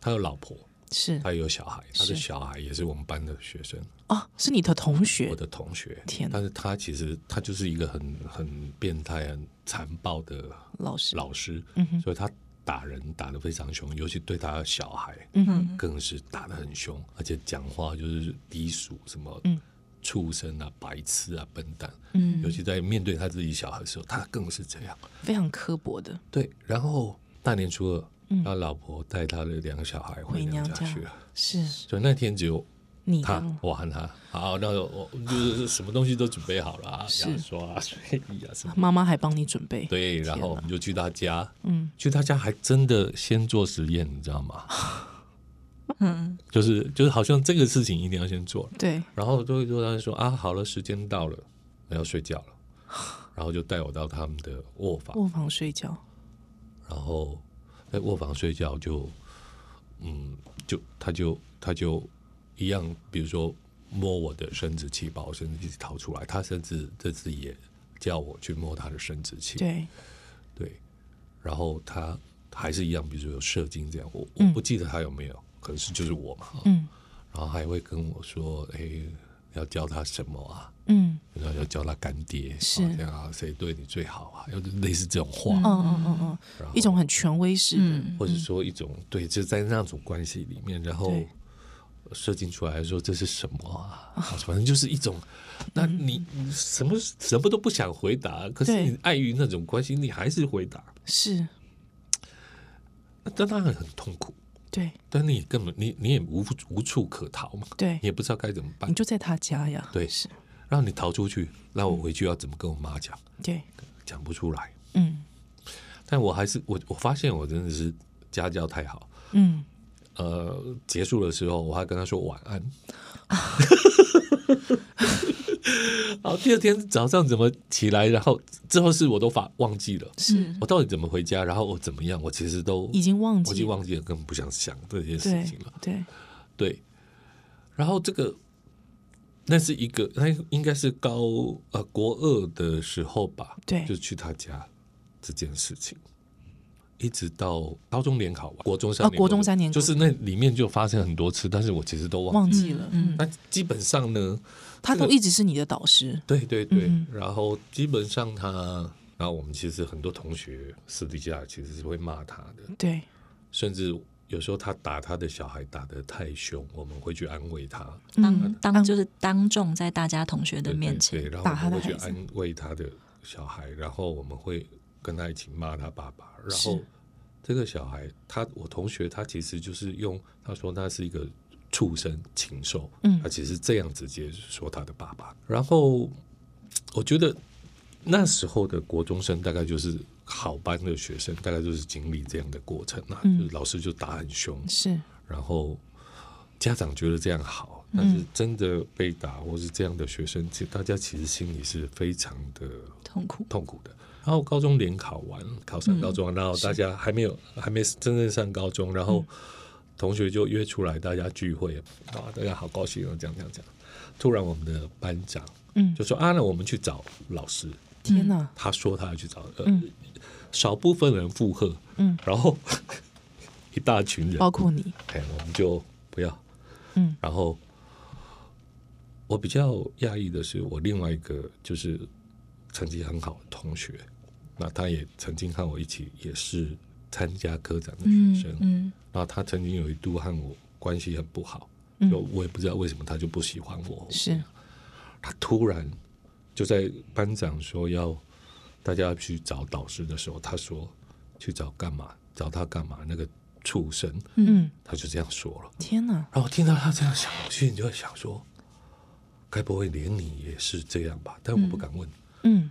[SPEAKER 6] 他有老婆，
[SPEAKER 1] 是
[SPEAKER 6] 他有小孩，他的
[SPEAKER 1] 是
[SPEAKER 6] 小孩也是我们班的学生，
[SPEAKER 1] 哦，是你的同
[SPEAKER 6] 我
[SPEAKER 1] 学，
[SPEAKER 6] 的同学。
[SPEAKER 1] 天哪
[SPEAKER 6] 但是他其实他就是一个很很变态、很残暴的
[SPEAKER 1] 老师，
[SPEAKER 6] 老师，
[SPEAKER 1] 嗯哼
[SPEAKER 6] 所以他打人打得非常凶，尤其对他的小孩
[SPEAKER 1] 嗯哼，
[SPEAKER 6] 更是打得很凶，而且讲话就是低俗，什么
[SPEAKER 1] 嗯
[SPEAKER 6] 畜生啊、白痴啊、笨蛋。尤
[SPEAKER 5] 嗯，
[SPEAKER 6] 其在面对他自己小孩的时候，他更是这样。
[SPEAKER 1] 非常刻薄的，
[SPEAKER 6] 对，然后大年初二，他老婆带他的两个小孩
[SPEAKER 1] 回
[SPEAKER 6] 回娘
[SPEAKER 1] 娘
[SPEAKER 6] 家
[SPEAKER 1] 家
[SPEAKER 6] 去了，
[SPEAKER 1] 是
[SPEAKER 6] 所以那天只有
[SPEAKER 1] 你
[SPEAKER 6] 他
[SPEAKER 1] 跟，
[SPEAKER 6] 我和他。好，那我就是什么东西都准备好了啊，牙刷啊、睡衣啊 什么。
[SPEAKER 1] 妈妈还帮你准备，
[SPEAKER 6] 对，然后
[SPEAKER 1] 天
[SPEAKER 6] 我
[SPEAKER 1] 哪
[SPEAKER 6] 们就去他家，
[SPEAKER 1] 嗯，
[SPEAKER 6] 去他家还真的先做实验，你知道吗？嗯，就是就是，好像这个事情一定要先做，
[SPEAKER 1] 对，
[SPEAKER 6] 然后做一做，他就说啊，好了，时间到了，我要睡觉了，然后就带我到他们的卧房，
[SPEAKER 1] 卧房睡觉，
[SPEAKER 6] 然后在卧房睡觉就，嗯，就他就他就一样，比如说摸我的生殖器，把我生殖器掏出来，他甚至这次也叫我去摸他的生殖器，
[SPEAKER 1] 对，
[SPEAKER 6] 对然后他还是一样，比如说有射精这样，我我不记得他有没有，可是就是我嘛，
[SPEAKER 1] 嗯
[SPEAKER 6] 然后还会跟我说，哎，要教他什么啊？
[SPEAKER 1] 嗯
[SPEAKER 6] 然后要教他干爹，
[SPEAKER 1] 是
[SPEAKER 6] 啊这样啊，谁对你最好啊？要类似这种话，
[SPEAKER 1] 嗯嗯嗯嗯，
[SPEAKER 6] 然后
[SPEAKER 1] 一种很权威式的，
[SPEAKER 5] 嗯，
[SPEAKER 6] 或者说一种对，就在那种关系里面，然后
[SPEAKER 1] 对
[SPEAKER 6] 设定出来说这是什么啊？反正就是一种，那你你什么什么都不想回答，可是
[SPEAKER 1] 嗯对
[SPEAKER 6] 你碍于那种关系，你还是回答，
[SPEAKER 1] 是，
[SPEAKER 6] 那那当然很痛苦，
[SPEAKER 1] 对
[SPEAKER 6] 但你根本你你也无无处可逃嘛，
[SPEAKER 1] 对
[SPEAKER 6] 你，也不知道该怎么办
[SPEAKER 1] 你，就嗯在他家呀，
[SPEAKER 6] 啊对
[SPEAKER 1] 是，
[SPEAKER 6] 然后你逃出去，那我回去要怎么跟我妈讲？
[SPEAKER 1] 对，
[SPEAKER 6] 讲不出来，
[SPEAKER 1] 嗯
[SPEAKER 6] 但我还是我我发现我真的是家教太好，
[SPEAKER 1] 嗯，
[SPEAKER 6] 呃，结束的时候，我还跟他说晚安。好，第二天早上怎么起来？然后之后事我都发忘记了，
[SPEAKER 1] 是
[SPEAKER 6] 我到底怎么回家？然后我怎么样？我其实都
[SPEAKER 1] 已经忘
[SPEAKER 6] 我已
[SPEAKER 1] 记
[SPEAKER 6] 经
[SPEAKER 1] 了，
[SPEAKER 6] 忘记了，根本不想想这些事
[SPEAKER 1] 对
[SPEAKER 6] 情了。
[SPEAKER 1] 对，
[SPEAKER 6] 对，然后这个那是一个，那应该是高呃国二的时候吧，
[SPEAKER 1] 对
[SPEAKER 6] 就去他家这件事情，一直到高中联考完，国中
[SPEAKER 1] 哦
[SPEAKER 6] 三年，
[SPEAKER 1] 国中三年
[SPEAKER 6] 就是那里面就发生很多次，但是我其实都忘
[SPEAKER 1] 忘
[SPEAKER 6] 记。
[SPEAKER 1] 记了，嗯，
[SPEAKER 6] 那基本上呢，
[SPEAKER 1] 他
[SPEAKER 6] 这个
[SPEAKER 1] 都一直是你的导师，
[SPEAKER 6] 对对对，
[SPEAKER 1] 嗯
[SPEAKER 6] 然后基本上他，然后我们其实很多同学私底下其实是会骂他的，
[SPEAKER 1] 对，
[SPEAKER 6] 甚至有时候他打他的小孩打得太凶，我们会去安慰他。
[SPEAKER 5] 当当
[SPEAKER 1] 嗯
[SPEAKER 5] 就是当众在大家同学的面前，
[SPEAKER 6] 对对对
[SPEAKER 1] 打
[SPEAKER 6] 然后
[SPEAKER 1] 他
[SPEAKER 6] 我
[SPEAKER 1] 的
[SPEAKER 6] 们会去
[SPEAKER 1] 孩子
[SPEAKER 6] 安慰他的小孩，然后我们会跟他一起骂他爸爸，然后
[SPEAKER 1] 是
[SPEAKER 6] 这个小孩他我同学他其实就是用他说他是一个畜生禽兽，
[SPEAKER 1] 嗯
[SPEAKER 6] 他其实这样直接说他的爸爸，然后我觉得那时候的国中生大概就是。好班的学生大概就是经历这样的过程啊，
[SPEAKER 1] 嗯
[SPEAKER 6] 就是老师就打很凶，
[SPEAKER 1] 是，
[SPEAKER 6] 然后家长觉得这样好，
[SPEAKER 1] 嗯
[SPEAKER 6] 但是真的被打或是这样的学生，其实大家其实心里是非常的
[SPEAKER 5] 痛苦，
[SPEAKER 6] 痛苦的。然后高中联考完，考上高
[SPEAKER 1] 嗯
[SPEAKER 6] 中，然后大家还没有还没真正上高中，然后同学就约出来大家聚会，啊，大家好高兴哦，这样这样这样。突然，我们的班长
[SPEAKER 1] 嗯
[SPEAKER 6] 就，说啊，那我们去找老师。
[SPEAKER 1] 天哪，
[SPEAKER 6] 他说他要去找，呃，少部分人附和，
[SPEAKER 1] 嗯，
[SPEAKER 6] 然后 一大群人
[SPEAKER 1] 包括你，
[SPEAKER 6] 哎，我们就不要。
[SPEAKER 1] 嗯，
[SPEAKER 6] 然后我比较讶异的是，我另外一个就是成绩很好的同学，那他也曾经和我一起也是参加科展的学生，
[SPEAKER 5] 嗯
[SPEAKER 6] 那他曾经有一度和我关系很不好，
[SPEAKER 1] 嗯
[SPEAKER 6] 就我也不知道为什么他就不喜欢我，
[SPEAKER 1] 是
[SPEAKER 6] 他突然就在班长说要大家去找导师的时候，他说去找干嘛？找他干嘛？那个畜生，
[SPEAKER 1] 嗯，
[SPEAKER 6] 他就这样说了。
[SPEAKER 1] 天哪，
[SPEAKER 6] 然后我听到他这样想，我心里就在想说，该不会连你也是这样吧？但我不敢问，
[SPEAKER 1] 嗯，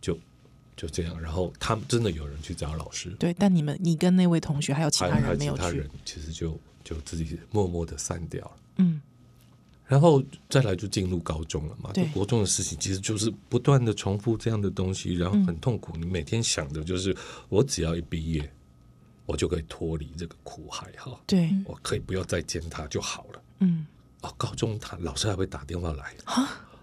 [SPEAKER 6] 就就这样。然后他们真的有人去找老师，
[SPEAKER 1] 对，但你们你跟那位同学还有其
[SPEAKER 6] 还有
[SPEAKER 1] 他
[SPEAKER 6] 还有
[SPEAKER 1] 人没
[SPEAKER 6] 其
[SPEAKER 1] 有
[SPEAKER 6] 他
[SPEAKER 1] 去
[SPEAKER 6] 人，其实就就自己默默的散掉了。
[SPEAKER 1] 嗯
[SPEAKER 6] 然后再来就进入高中了嘛，就
[SPEAKER 1] 对
[SPEAKER 6] 国中的事情其实就是不断的重复这样的东西，然后很痛苦。你每天想的就是，我只要一毕业，我就可以脱离这个苦海哈，
[SPEAKER 1] 对，
[SPEAKER 6] 我可以不要再见他就好了。
[SPEAKER 1] 嗯，
[SPEAKER 6] 哦，高中他老师还会打电话来，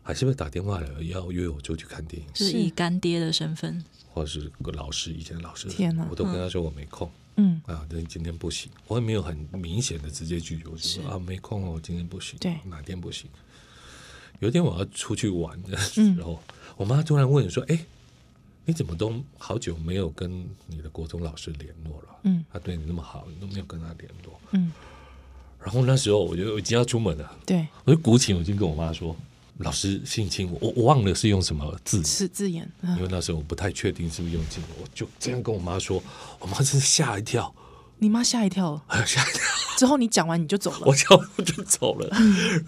[SPEAKER 6] 还是会打电话来要约我出去看电影，
[SPEAKER 5] 就是
[SPEAKER 1] 啊是
[SPEAKER 5] 以干爹的身份，
[SPEAKER 6] 或者是个老师以前老师，
[SPEAKER 1] 天哪
[SPEAKER 6] 我都跟他说我没空。
[SPEAKER 1] 嗯，
[SPEAKER 6] 啊，那今天不行，我也没有很明显的直接拒绝，我就说啊没空哦，我今天不行，
[SPEAKER 1] 对
[SPEAKER 6] 哪天不行。有一天我要出去玩的
[SPEAKER 1] 嗯
[SPEAKER 6] 时候，我妈突然问说：“哎、你怎么都好久没有跟你的国中老师联络了？
[SPEAKER 1] 嗯，
[SPEAKER 6] 他对你那么好，你都没有跟他联络。”
[SPEAKER 1] 嗯，
[SPEAKER 6] 然后那时候我就已经要出门了，
[SPEAKER 1] 对，
[SPEAKER 6] 我就鼓起勇气跟我妈说：“老师性侵我，我我忘了是用什么字
[SPEAKER 1] 是字眼，
[SPEAKER 6] 因
[SPEAKER 1] 嗯
[SPEAKER 6] 为那时候我不太确定是不是用尽，我就这样跟我妈说，我妈真是吓一跳，
[SPEAKER 1] 你妈吓一跳，
[SPEAKER 6] 吓一跳，
[SPEAKER 1] 之后你讲完你就走了，
[SPEAKER 6] 我叫我就走了。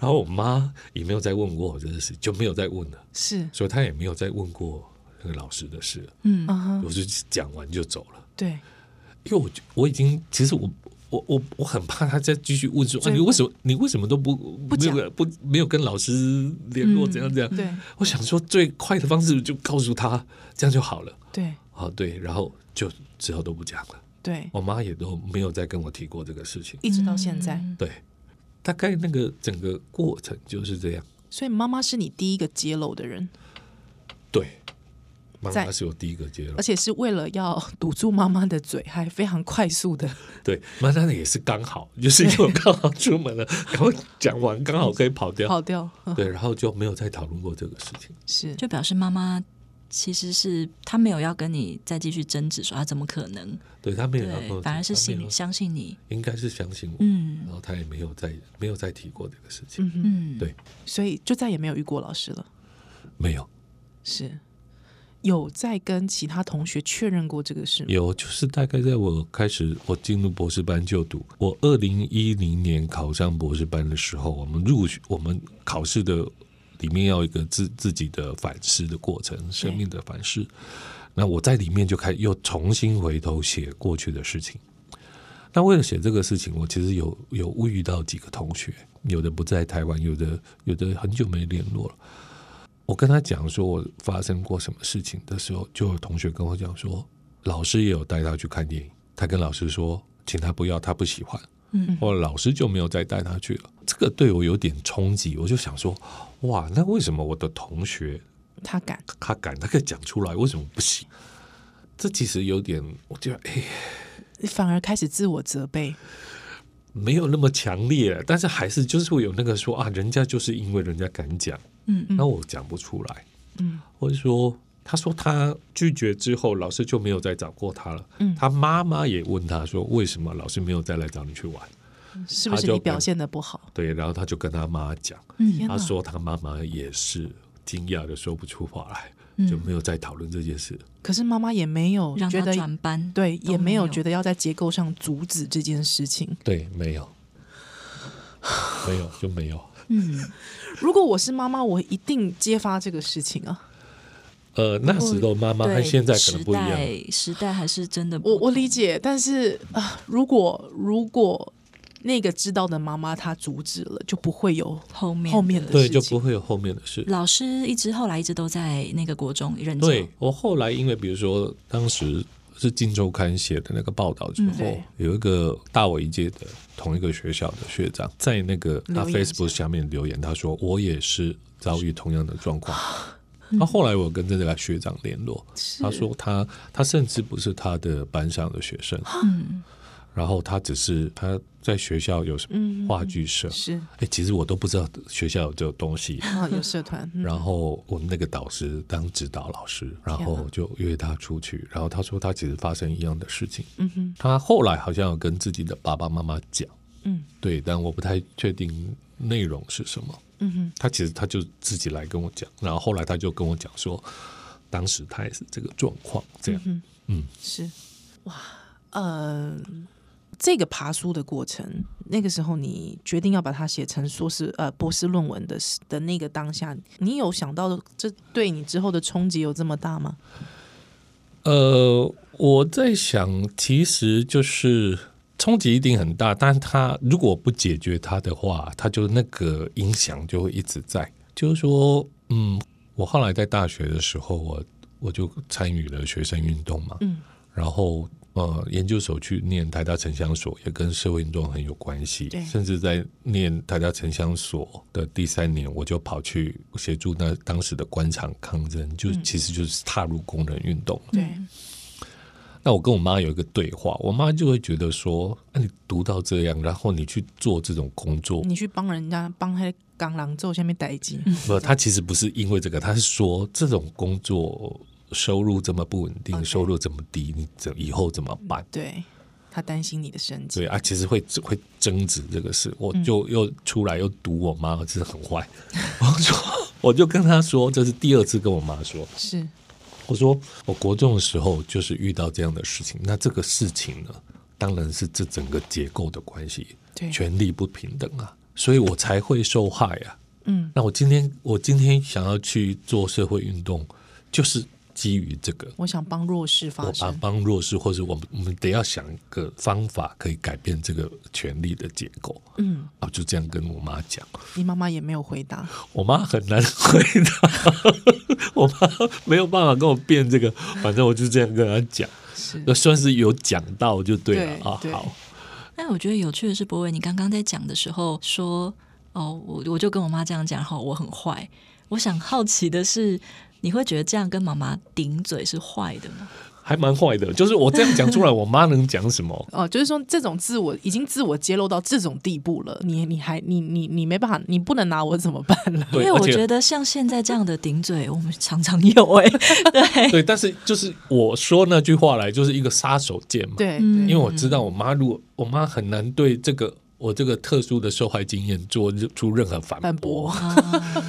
[SPEAKER 6] 然后我妈也没有再问过我这个事，就没有再问了，
[SPEAKER 1] 是，
[SPEAKER 6] 所以她也没有再问过那个老师的事了。
[SPEAKER 5] 嗯
[SPEAKER 1] 嗯哼，
[SPEAKER 6] 我就讲完就走了，
[SPEAKER 1] 对，
[SPEAKER 6] 因为我就我已经其实我。我我我很怕她再继续问说，啊、
[SPEAKER 1] 追
[SPEAKER 6] 你
[SPEAKER 1] 问
[SPEAKER 6] 为什么你为什么都不
[SPEAKER 1] 不
[SPEAKER 6] 没
[SPEAKER 1] 讲
[SPEAKER 6] 有不没有跟老师联络
[SPEAKER 5] 嗯
[SPEAKER 6] 怎样怎样？
[SPEAKER 1] 对
[SPEAKER 6] 我想说最快的方式就告诉她，这样就好了。
[SPEAKER 1] 对
[SPEAKER 6] 啊，对，然后就之后都不讲了，
[SPEAKER 1] 对，
[SPEAKER 6] 我妈也都没有再跟我提过这个事情。
[SPEAKER 1] 一直到现在，
[SPEAKER 6] 对，大概那个整个过程就是这样。
[SPEAKER 1] 所以妈妈是你第一个揭露的人，
[SPEAKER 6] 对，妈
[SPEAKER 1] 在
[SPEAKER 6] 妈是我第一个接了
[SPEAKER 1] 而，且是为了要堵住妈妈的嘴，还非常快速的，
[SPEAKER 6] 对，妈妈那也是刚好，就是因为我刚好出 门了，然后讲完刚好可以跑掉。
[SPEAKER 1] 跑掉，嗯
[SPEAKER 6] 对，然后就没有再讨论过这个事情。
[SPEAKER 1] 是，
[SPEAKER 5] 就表示妈妈其实是她没有要跟你再继续争执，说啊怎么可能？
[SPEAKER 6] 对他没有要跟
[SPEAKER 5] 对，
[SPEAKER 6] 我
[SPEAKER 5] 反而是
[SPEAKER 6] 讲她没
[SPEAKER 5] 信
[SPEAKER 6] 有
[SPEAKER 5] 相信你，
[SPEAKER 6] 应该是相信我，
[SPEAKER 5] 嗯
[SPEAKER 6] 然后他也没有再没有再提过这个事
[SPEAKER 1] 嗯
[SPEAKER 6] 情，
[SPEAKER 1] 哼，
[SPEAKER 5] 嗯，
[SPEAKER 6] 对，
[SPEAKER 1] 所以就再也没有遇过老师了，
[SPEAKER 6] 没有。
[SPEAKER 1] 是。有在跟其他同学确认过这个事吗？
[SPEAKER 6] 有，就是大概在我开始我进入博士班就读，我二零一零年考上博士班的时候，我们入学我们考试的里面要有一个自自己的反思的过程，生命的反思。那我在里面就开又重新回头写过去的事情。那为了写这个事情，我其实有有遇到几个同学，有的不在台湾，有的有的很久没联络了。我跟他讲说我发生过什么事情的时候，就有同学跟我讲说，老师也有带他去看电影，他跟老师说，请他不要，他不喜欢。
[SPEAKER 5] 嗯，
[SPEAKER 6] 后来老师就没有再带他去了。这个对我有点冲击，我就想说，哇，那为什么我的同学
[SPEAKER 1] 他敢，
[SPEAKER 6] 他敢，他可以讲出来，为什么不行？这其实有点，我觉得哎，
[SPEAKER 1] 反而开始自我责备。
[SPEAKER 6] 没有那么强烈，但是还是就是会有那个说啊，人家就是因为人家敢讲，
[SPEAKER 5] 嗯
[SPEAKER 6] 那我讲不出来，
[SPEAKER 1] 嗯，
[SPEAKER 6] 或者说他说他拒绝之后，老师就没有再找过他了，
[SPEAKER 1] 嗯
[SPEAKER 6] 他妈妈也问他说为什么老师没有再来找你去玩，
[SPEAKER 1] 是不
[SPEAKER 6] 他
[SPEAKER 1] 是
[SPEAKER 6] 就
[SPEAKER 1] 你表
[SPEAKER 6] 跟
[SPEAKER 1] 现的不好？
[SPEAKER 6] 对，然后他就跟他妈讲，
[SPEAKER 5] 嗯
[SPEAKER 1] 天
[SPEAKER 6] 他
[SPEAKER 1] 哪，
[SPEAKER 6] 说他妈妈也是惊讶的说不出话来，
[SPEAKER 5] 嗯
[SPEAKER 6] 就没有再讨论这件事，
[SPEAKER 1] 可是妈妈也没有
[SPEAKER 5] 让
[SPEAKER 1] 觉
[SPEAKER 5] 她
[SPEAKER 1] 得，
[SPEAKER 5] 转班，
[SPEAKER 1] 对，也没有觉
[SPEAKER 5] 得
[SPEAKER 1] 得要在结构上阻止这件事情。
[SPEAKER 6] 对，没有，没有就没有。
[SPEAKER 1] 如果我是妈妈，我一定揭发这个事情啊！
[SPEAKER 6] 呃，那时候妈妈和
[SPEAKER 5] 哦对
[SPEAKER 6] 现在可能不一样，
[SPEAKER 5] 时代时代还是真的不
[SPEAKER 1] 我我理解，但是啊、如果如果那个知道的妈妈她阻止了，就不会有
[SPEAKER 5] 后面
[SPEAKER 1] 后面
[SPEAKER 5] 的
[SPEAKER 1] 的
[SPEAKER 6] 对，
[SPEAKER 1] 事
[SPEAKER 6] 就
[SPEAKER 1] 情。
[SPEAKER 6] 不会有后面的事。
[SPEAKER 5] 老师一直后来一直都在那个国中任教，
[SPEAKER 6] 对我后来因为比如说当时是《金周刊》写的那个报道之后，
[SPEAKER 1] 嗯对
[SPEAKER 6] 有一个大我一届的同一个学校的学长，在那个他
[SPEAKER 1] 留言下
[SPEAKER 6] Facebook 下面留言，他说我也是遭遇同样的 状况。那后来我跟这个学长联络，他说他他甚至不是他的班上的学生，
[SPEAKER 5] 嗯，
[SPEAKER 6] 然后他只是他在学校有什么话剧社，
[SPEAKER 1] 嗯是
[SPEAKER 6] 哎、其实我都不知道学校有这种东西。
[SPEAKER 1] 啊，有社团，嗯
[SPEAKER 6] 然后我们那个导师当指导老师，然后就约他出去，然后他说他其实发生一样的事情，
[SPEAKER 1] 嗯哼，
[SPEAKER 6] 他后来好像有跟自己的爸爸妈妈讲，
[SPEAKER 1] 嗯
[SPEAKER 6] 对，但我不太确定内容是什么。
[SPEAKER 1] 嗯哼，
[SPEAKER 6] 他其实他就自己来跟我讲，然后后来他就跟我讲说，当时他也是这个状况，这样，
[SPEAKER 1] 嗯
[SPEAKER 6] 嗯，
[SPEAKER 1] 是哇，呃，这个爬书的过程，那个时候你决定要把它写成硕士呃博士论文的时的那个当下，你有想到这对你之后的冲击有这么大吗？
[SPEAKER 6] 呃，我在想，其实就是冲击一定很大，但他如果不解决它的话，它就那个影响就会一直在。就是说，嗯，我后来在大学的时候，我我就参与了学生运动嘛，
[SPEAKER 1] 嗯，
[SPEAKER 6] 然后呃，研究所去念台大城乡所，也跟社会运动很有关系
[SPEAKER 1] 对。
[SPEAKER 6] 甚至在念台大城乡所的第三年，我就跑去协助那当时的官场抗争，就、
[SPEAKER 1] 嗯
[SPEAKER 6] 其实就是踏入工人运动。
[SPEAKER 1] 对，
[SPEAKER 6] 那我跟我妈有一个对话，我妈就会觉得说：“那、你读到这样，然后你去做这种工作，
[SPEAKER 1] 你去帮人家帮他港狼做下面逮鸡，
[SPEAKER 6] 不，她其实不是因为这个，她是说这种工作收入这么不稳定
[SPEAKER 1] OK 嗯
[SPEAKER 6] 收入这么低，你怎以后怎么办？”
[SPEAKER 1] 对他担心你的生
[SPEAKER 6] 对
[SPEAKER 1] 计，
[SPEAKER 6] 啊，其实会会争执这个事，我就又出来又堵我妈，真的很坏。 我说，我就跟她说，这是第二次跟我妈说，
[SPEAKER 1] 是
[SPEAKER 6] 我说我国中的时候就是遇到这样的事情，那这个事情呢，当然是这整个结构的关系，
[SPEAKER 1] 对
[SPEAKER 6] 权力不平等啊，所以我才会受害啊。
[SPEAKER 1] 嗯，
[SPEAKER 6] 那我今天我今天想要去做社会运动，就是基于这个，
[SPEAKER 1] 我想帮弱势发
[SPEAKER 6] 我帮
[SPEAKER 1] 声，
[SPEAKER 6] 帮弱势，或者我们我们得要想一个方法可以改变这个权力的结构。
[SPEAKER 1] 嗯，
[SPEAKER 6] 啊，就这样跟我妈讲，
[SPEAKER 1] 你妈妈也没有回答，
[SPEAKER 6] 我妈很难回答， 我妈没有办法跟我辩这个，反正我就这样跟她讲。
[SPEAKER 1] 是
[SPEAKER 6] 那算是有讲到就对了
[SPEAKER 1] 对
[SPEAKER 6] 啊。
[SPEAKER 1] 对
[SPEAKER 6] 好，
[SPEAKER 5] 但我觉得有趣的是，博伟，你刚刚在讲的时候说，哦，我我就跟我妈这样讲，好，我很坏。我想好奇的是，你会觉得这样跟妈妈顶嘴是坏的吗？
[SPEAKER 6] 还蛮坏的，就是我这样讲出来，我妈能讲什么？
[SPEAKER 1] 哦，就是说这种自我已经自我揭露到这种地步了，你你还你你你没办法，你不能拿我怎么办了？
[SPEAKER 5] 因
[SPEAKER 6] 对，
[SPEAKER 5] 为
[SPEAKER 6] 而
[SPEAKER 5] 我觉
[SPEAKER 6] 且
[SPEAKER 5] 得像现在这样的顶嘴，我们常常有 哎、对，
[SPEAKER 6] 对，但是就是我说那句话来，就是一个杀手锏嘛。，
[SPEAKER 1] 对，
[SPEAKER 5] 嗯
[SPEAKER 6] 因为我知道我妈，如果我妈很难对这个我这个特殊的受害经验做出任何反
[SPEAKER 1] 反
[SPEAKER 6] 驳
[SPEAKER 1] 驳，，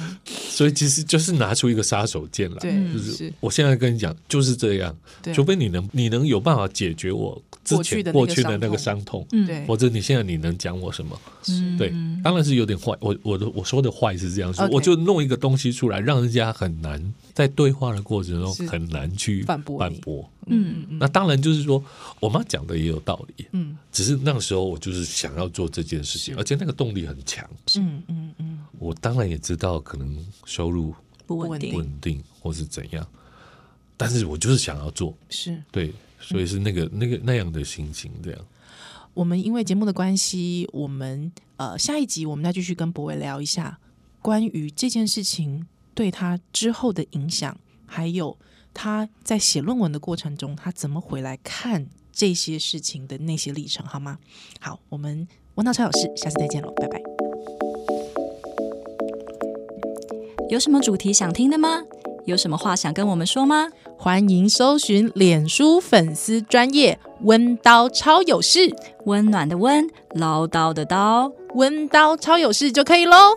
[SPEAKER 6] 所以其实就是拿出一个杀手锏来。
[SPEAKER 1] 对
[SPEAKER 5] 嗯
[SPEAKER 6] 就是
[SPEAKER 1] 是
[SPEAKER 6] 我现在跟你讲就是这样，
[SPEAKER 1] 对
[SPEAKER 6] 除非你能你能有办法解决我之
[SPEAKER 1] 过去
[SPEAKER 6] 前
[SPEAKER 1] 的那个
[SPEAKER 6] 过去的
[SPEAKER 1] 伤
[SPEAKER 6] 那个
[SPEAKER 1] 痛
[SPEAKER 6] 伤痛，
[SPEAKER 5] 嗯
[SPEAKER 1] 对
[SPEAKER 6] 或者你现在你能讲我什么？
[SPEAKER 5] 嗯
[SPEAKER 6] 对，当然是有点坏。我我的我说的坏是这样说，
[SPEAKER 1] OK
[SPEAKER 6] 我就弄一个东西出来，让人家很难在对话的过程中
[SPEAKER 1] 是
[SPEAKER 6] 很难去
[SPEAKER 1] 反驳
[SPEAKER 6] 反
[SPEAKER 1] 你
[SPEAKER 6] 驳。
[SPEAKER 1] 嗯嗯
[SPEAKER 6] 那当然就是说，我妈讲的也有道理，
[SPEAKER 1] 嗯
[SPEAKER 6] 只是那个时候我就是想要做这件事情，而且那个动力很强。
[SPEAKER 1] 嗯嗯嗯，
[SPEAKER 6] 我当然也知道可能收入
[SPEAKER 5] 不
[SPEAKER 1] 稳
[SPEAKER 5] 稳
[SPEAKER 1] 定
[SPEAKER 6] 不
[SPEAKER 5] 定。
[SPEAKER 6] 稳定或是怎样，但是我就是想要做，
[SPEAKER 1] 是
[SPEAKER 6] 对，所以是那个那个那样的心情这样。
[SPEAKER 1] 我们因为节目的关系，我们呃下一集我们再继续跟博伟聊一下关于这件事情对他之后的影响，还有他在写论文的过程中，他怎么回来看这些事情的那些历程，好吗？好，我们文道超有事，下次再见喽，拜拜。
[SPEAKER 5] 有什么主题想听的吗？有什么话想跟我们说吗？
[SPEAKER 1] 欢迎搜寻脸书粉丝专业温刀超有事，
[SPEAKER 5] 温暖的温，唠叨的叨。
[SPEAKER 1] 温刀超有事就可以喽。